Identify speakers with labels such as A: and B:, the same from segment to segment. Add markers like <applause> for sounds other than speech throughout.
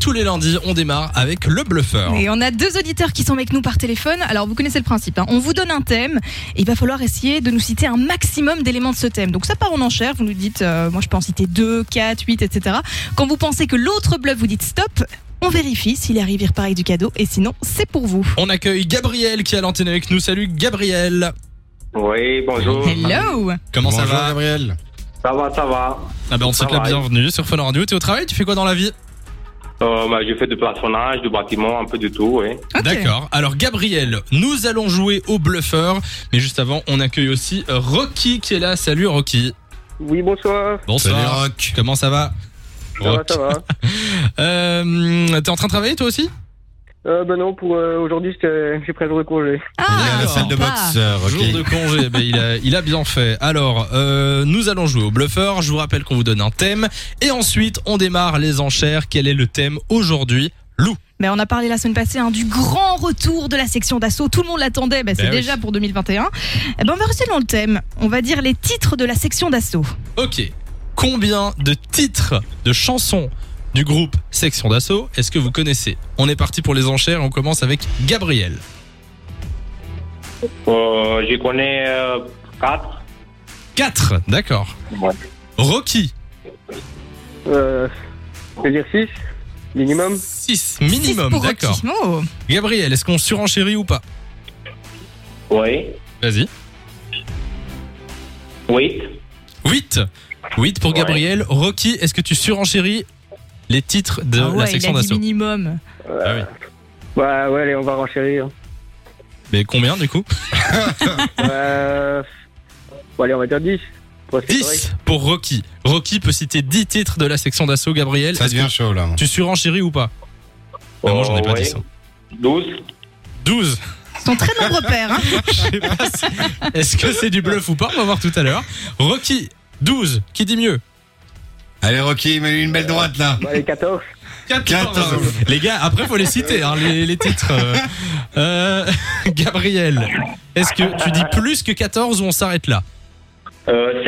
A: tous les lundis, on démarre avec le bluffeur.
B: Et on a deux auditeurs qui sont avec nous par téléphone. Alors, vous connaissez le principe. hein. On vous donne un thème et il va falloir essayer de nous citer un maximum d'éléments de ce thème. Donc, ça part en enchère. Vous nous dites, euh, moi, je peux en citer 2, 4, 8, etc. Quand vous pensez que l'autre bluff, vous dites stop. On vérifie s'il arrive, il repart avec du cadeau. Et sinon, c'est pour vous.
A: On accueille Gabriel qui est à l'antenne avec nous. Salut Gabriel.
C: Oui, bonjour.
B: Hello
A: Comment ça
D: Bonjour,
A: va
D: Gabriel.
C: Ça va, ça va.
A: Ah ben, On te
C: Ça
A: souhaite la
C: va.
A: bienvenue sur Fun Radio. T'es au travail Tu fais quoi dans la vie
C: Euh, bah, je fais du plafonnage, du bâtiment, un peu de tout, oui.
B: Ok.
A: D'accord. Alors Gabriel, nous allons jouer au bluffeur. Mais juste avant, on accueille aussi Rocky qui est là. Salut Rocky.
E: Oui, bonsoir.
D: Salut
A: Bonsoir.
D: Rock.
A: Comment ça va
E: Ça va,
A: Rock.
E: ça va.
A: Euh, T'es en train de travailler toi aussi
E: Euh, ben non, pour euh, aujourd'hui, j'étais- j'ai pris un jour de congé.
B: Ah,
D: Il est à la
A: d'accord.
D: salle de
B: sympa.
D: boxe, euh, Rocky.
A: Jour de congé, ben, il, a, il a bien fait. Alors, euh, nous allons jouer au bluffeur. Je vous rappelle qu'on vous donne un thème. Et ensuite, on démarre les enchères. Quel est le thème aujourd'hui
B: Ben, on a parlé la semaine passée hein, du grand retour de la section d'assaut. Tout le monde l'attendait, ben, c'est
A: Ben oui.
B: déjà pour 2021. Eh ben, on va rester dans le thème. On va dire les titres de la section d'assaut.
A: Ok. Combien de titres de chansons du groupe Section d'Assaut est-ce que vous connaissez On est parti pour les enchères. On commence avec Gabriel.
C: Euh, je connais euh, quatre.
A: 4, d'accord.
C: Ouais.
A: Rocky,
E: Euh, je vais dire 6, minimum.
A: 6
B: Six
A: minimum,
B: pour
A: d'accord.
B: Rocky. Oh.
A: Gabriel, est-ce qu'on surenchérit ou pas
C: Oui.
A: Vas-y.
C: Huit.
A: 8. 8 pour
C: Ouais.
A: Gabriel. Rocky, est-ce que tu surenchéris les titres de
B: Ah ouais,
A: la
B: il
A: section
B: a dit
A: d'assaut Ah
B: minimum.
E: Bah ouais, allez, on va
A: <laughs>
E: renchérir.
A: Mais combien du coup
E: euh, bon, allez, on va dire 10. Pour rester correct.
A: 10 pour Rocky. Rocky peut citer 10 titres de la section d'assaut, Gabriel.
D: Ça
A: Est-ce que
D: devient chaud là.
A: tu surenchéris ou pas Bah, Moi j'en ai
C: Euh,
A: pas
C: ouais.
A: dit ça.
C: Douze.
B: <laughs>
A: 12.
B: Ils sont très nombreux pères. hein.
A: <laughs> Je sais pas si- Est-ce que c'est du bluff ou pas On va voir tout à l'heure. Rocky, 12. Qui dit mieux
D: Allez Rocky, mets-lui une belle droite là.
E: Bon, allez, 14.
D: 14.
A: Les gars, après faut les citer, hein, les, les titres. Euh, euh, <laughs> Gabriel, est-ce que tu dis plus que 14 ou on s'arrête là
C: Euh,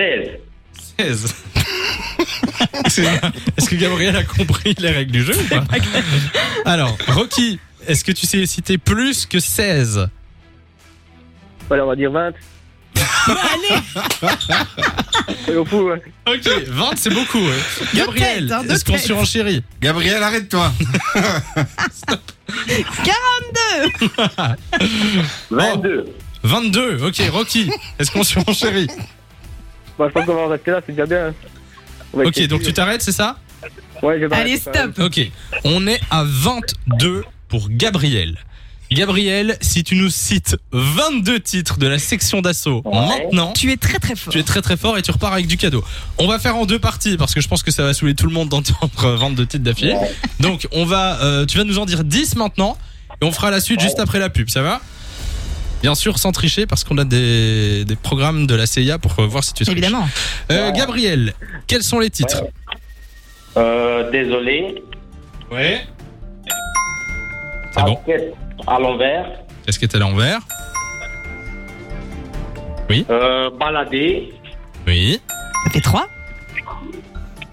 C: seize.
A: <laughs> 16. est-ce que Gabriel a compris les règles du jeu ou pas Alors, Rocky, est-ce que tu sais citer plus que 16
E: Bon, allez, on va dire 20.
B: allez,
E: Soyons fous. hein.
A: Ok, 20 c'est beaucoup. ouais.
B: Deux
A: Gabriel,
B: têtes, hein, deux
A: est-ce qu'on
B: têtes.
A: surenchérit
D: Gabriel, arrête-toi.
C: Vingt-deux.
A: 22, ok, Rocky, est-ce qu'on surenchérit
E: Bon, je pense qu'on va en rester là, c'est déjà bien. hein. On va
A: Ok,
E: essayer.
A: donc tu t'arrêtes, c'est ça
E: Ouais, je vais
B: allez,
E: arrêter, quand même.
B: stop.
A: Ok, on est à 22 pour Gabriel. Gabriel, si tu nous cites 22 titres de la section d'assaut
C: Ouais.
A: maintenant,
B: Tu es très très fort.
A: tu es très très fort et tu repars avec du cadeau. On va faire en deux parties parce que je pense que ça va saouler tout le monde d'entendre euh, 22 titres d'affilée.
C: Ouais.
A: Donc on va, euh, tu vas nous en dire 10 maintenant et on fera la suite juste après la pub, ça va Bien sûr, sans tricher parce qu'on a des, des programmes de la CIA pour euh, voir si tu triches.
B: Évidemment.
A: Euh, Gabriel, quels sont les titres
C: Euh, désolé.
A: Ouais. C'est bon.
C: Basket À l'envers.
A: Qu'est-ce qui est à l'envers
C: Euh, balader.
A: Oui.
B: Ça fait 3.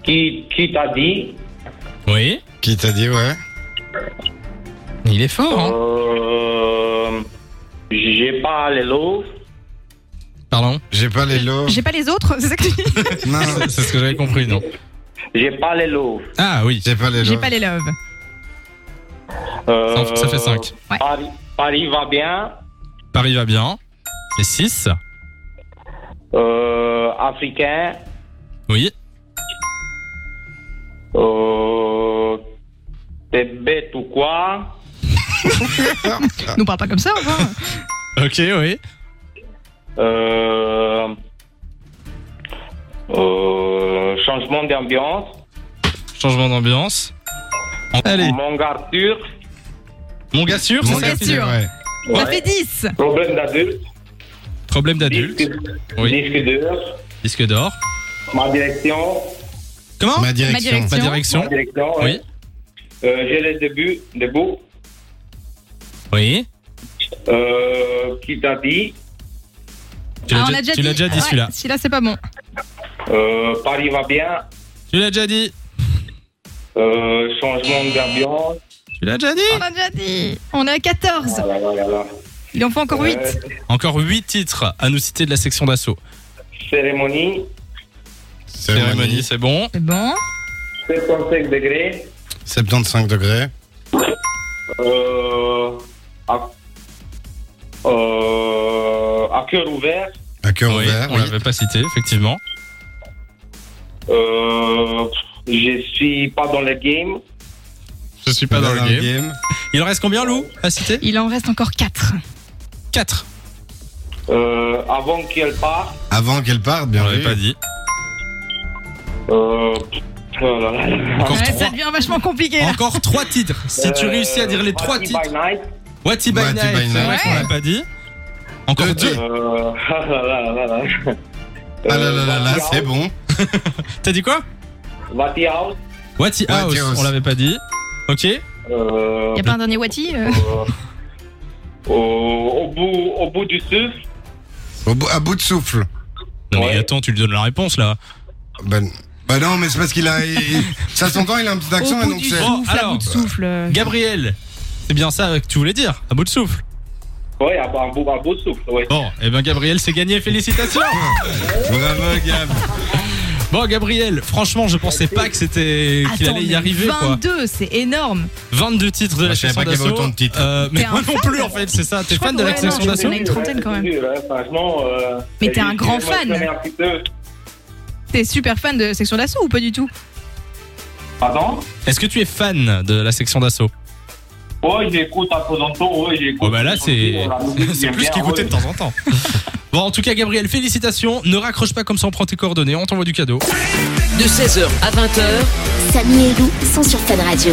C: Qui, qui t'a dit
A: Oui.
D: Qui t'a dit ouais
A: Il est fort, hein
C: euh, J'ai pas les lots.
A: Pardon
D: J'ai pas les
A: Oh.
D: lots.
B: J'ai pas les autres, <laughs> c'est ça que tu dis
D: Non,
A: <laughs> C'est ce que j'avais compris, non
C: J'ai pas les lots.
A: Ah oui.
D: j'ai pas les
B: J'ai
D: lots.
B: pas les loves.
C: Euh,
A: Ça- ça fait cinq.
B: Ouais.
C: Paris, Paris va bien.
A: Paris va bien. C'est 6.
C: Euh, africain.
A: Oui.
C: Euh, T'es bête ou quoi
D: <laughs>
B: Nous parle pas comme ça, enfin.
A: Ok, oui.
C: euh, euh, Changement d'ambiance.
A: Changement d'ambiance. En- Allez,
C: Mon gars turc.
A: mon gars sûr,
D: Mon
A: c'est ça
B: gars
D: gars,
B: sûr.
D: c'est vrai.
B: Ça
C: Ouais.
B: fait 10.
C: Problème d'adulte.
A: Problème d'adulte.
C: Disque,
A: Oui.
C: disque dur.
A: Disque d'or.
C: Ma direction.
A: Comment
D: Ma
B: Oh, Ma
D: direction.
A: Ma
B: direction.
C: Ma
A: direction.
C: direction. ouais. Euh, J'ai les débuts. Debout.
A: Oui.
C: Euh, qui t'a dit
A: Tu
B: Ah,
A: l'as
B: on
A: déjà,
B: a
A: tu l'as déjà dit
B: Ouais,
A: celui-là.
B: Celui-là, c'est pas bon.
C: euh, Paris va bien.
A: Tu l'as déjà dit.
C: Euh, changement de d'ambiance.
A: Tu l'as déjà dit
B: On a déjà dit. On est à 14.
C: Voilà, voilà, voilà.
B: Il en faut encore 8.
C: Euh,
A: Encore 8 titres à nous citer de la section d'assaut.
C: cérémonie,
A: Cérémonie, c'est bon.
B: C'est bon.
C: 75 degrés.
D: 75 degrés.
C: Euh, à, euh, à cœur ouvert.
D: À cœur
A: Oui,
D: ouvert.
A: on
D: oui.
A: l'avait pas cité, effectivement.
C: Euh, je suis pas dans le game.
A: Je suis pas dans le game. Il en reste combien, Lou, à citer
B: Il en reste encore 4.
A: 4.
C: Euh, avant qu'elle parte.
D: Avant qu'elle parte,
A: On
D: bien
A: l'avait
D: vu.
A: pas dit.
C: Euh, oh là là.
A: Encore
B: Ouais, ça
A: 3.
B: devient vachement compliqué. là.
A: Encore trois titres. Si tu
C: Euh,
A: réussis à dire les trois
C: Party
A: titres.
C: by night.
A: What It by
D: What It
A: Night.
D: by
A: C'est vrai
B: Night,
A: qu'on
B: ouais.
A: l'a pas dit. Encore
D: Deux
A: deux.
D: titres.
C: Euh, <laughs> ah là là là Euh, là.
D: Ah là là là là,
C: Watty
D: c'est
C: House.
D: bon.
A: T'as dit quoi
C: Watty House.
A: What It
D: What
A: House.
D: It House.
A: On l'avait pas dit. Ok. Oh.
C: Euh,
B: Y a pas un dernier Wati euh,
C: euh, au, au bout, au bout du souffle.
D: Au bout- à bout de souffle.
A: Non mais
C: Ouais.
A: attends, tu lui donnes la réponse là.
D: Ben, bah non, mais c'est parce qu'il a. il- ça s'entend, il a un petit accent,
B: Au
D: et
B: bout
D: donc
B: du
D: c'est.
A: Bon,
B: souffle, à
A: Oh, alors.
B: bout de souffle. euh,
A: Gabriel, c'est bien ça que tu voulais dire, à bout de souffle.
C: Ouais, à, à, bout, à bout de souffle. Ouais.
A: Bon, eh ben Gabriel, c'est gagné, félicitations
D: Bravo, Gab.
A: Bon Gabriel, franchement, je pensais pas que c'était qu'il
B: attends,
A: allait y
B: mais
A: arriver quoi.
B: 22, c'est énorme.
A: 22 titres de
D: Moi,
A: la
D: je savais
A: section
D: pas qu'il y avait
A: d'assaut.
D: autant de titres.
A: Euh, mais
B: T'es
A: moi
B: un
A: non
B: fan.
A: plus en fait, c'est ça, t'es
B: Je crois
A: fan
B: que-
A: de la
B: ouais,
A: section
B: non, je
A: d'assaut
B: connais. une trentaine, quand même.
C: C'est dur, hein, franchement. euh,
B: Mais t'es un
C: j'ai-
B: grand
C: moi, je
B: fan.
C: connais un petit peu.
B: T'es super fan de Section d'Assaut ou pas du tout
C: Pardon
A: Est-ce que tu es fan de la section d'assaut
C: Ouais, j'écoute à Toronto. Ouais, j'écoute.
A: Oh bah là, c'est
C: La musique,
A: <laughs> c'est
C: j'aime
A: plus
C: bien,
A: qu'écouter de
C: ouais.
A: temps en temps. Bon, en tout cas, Gabriel, félicitations. Ne raccroche pas comme ça, on prend tes coordonnées, on t'envoie du cadeau.
F: De 16h à 20h,
G: Samy et Lou sont sur Fun Radio.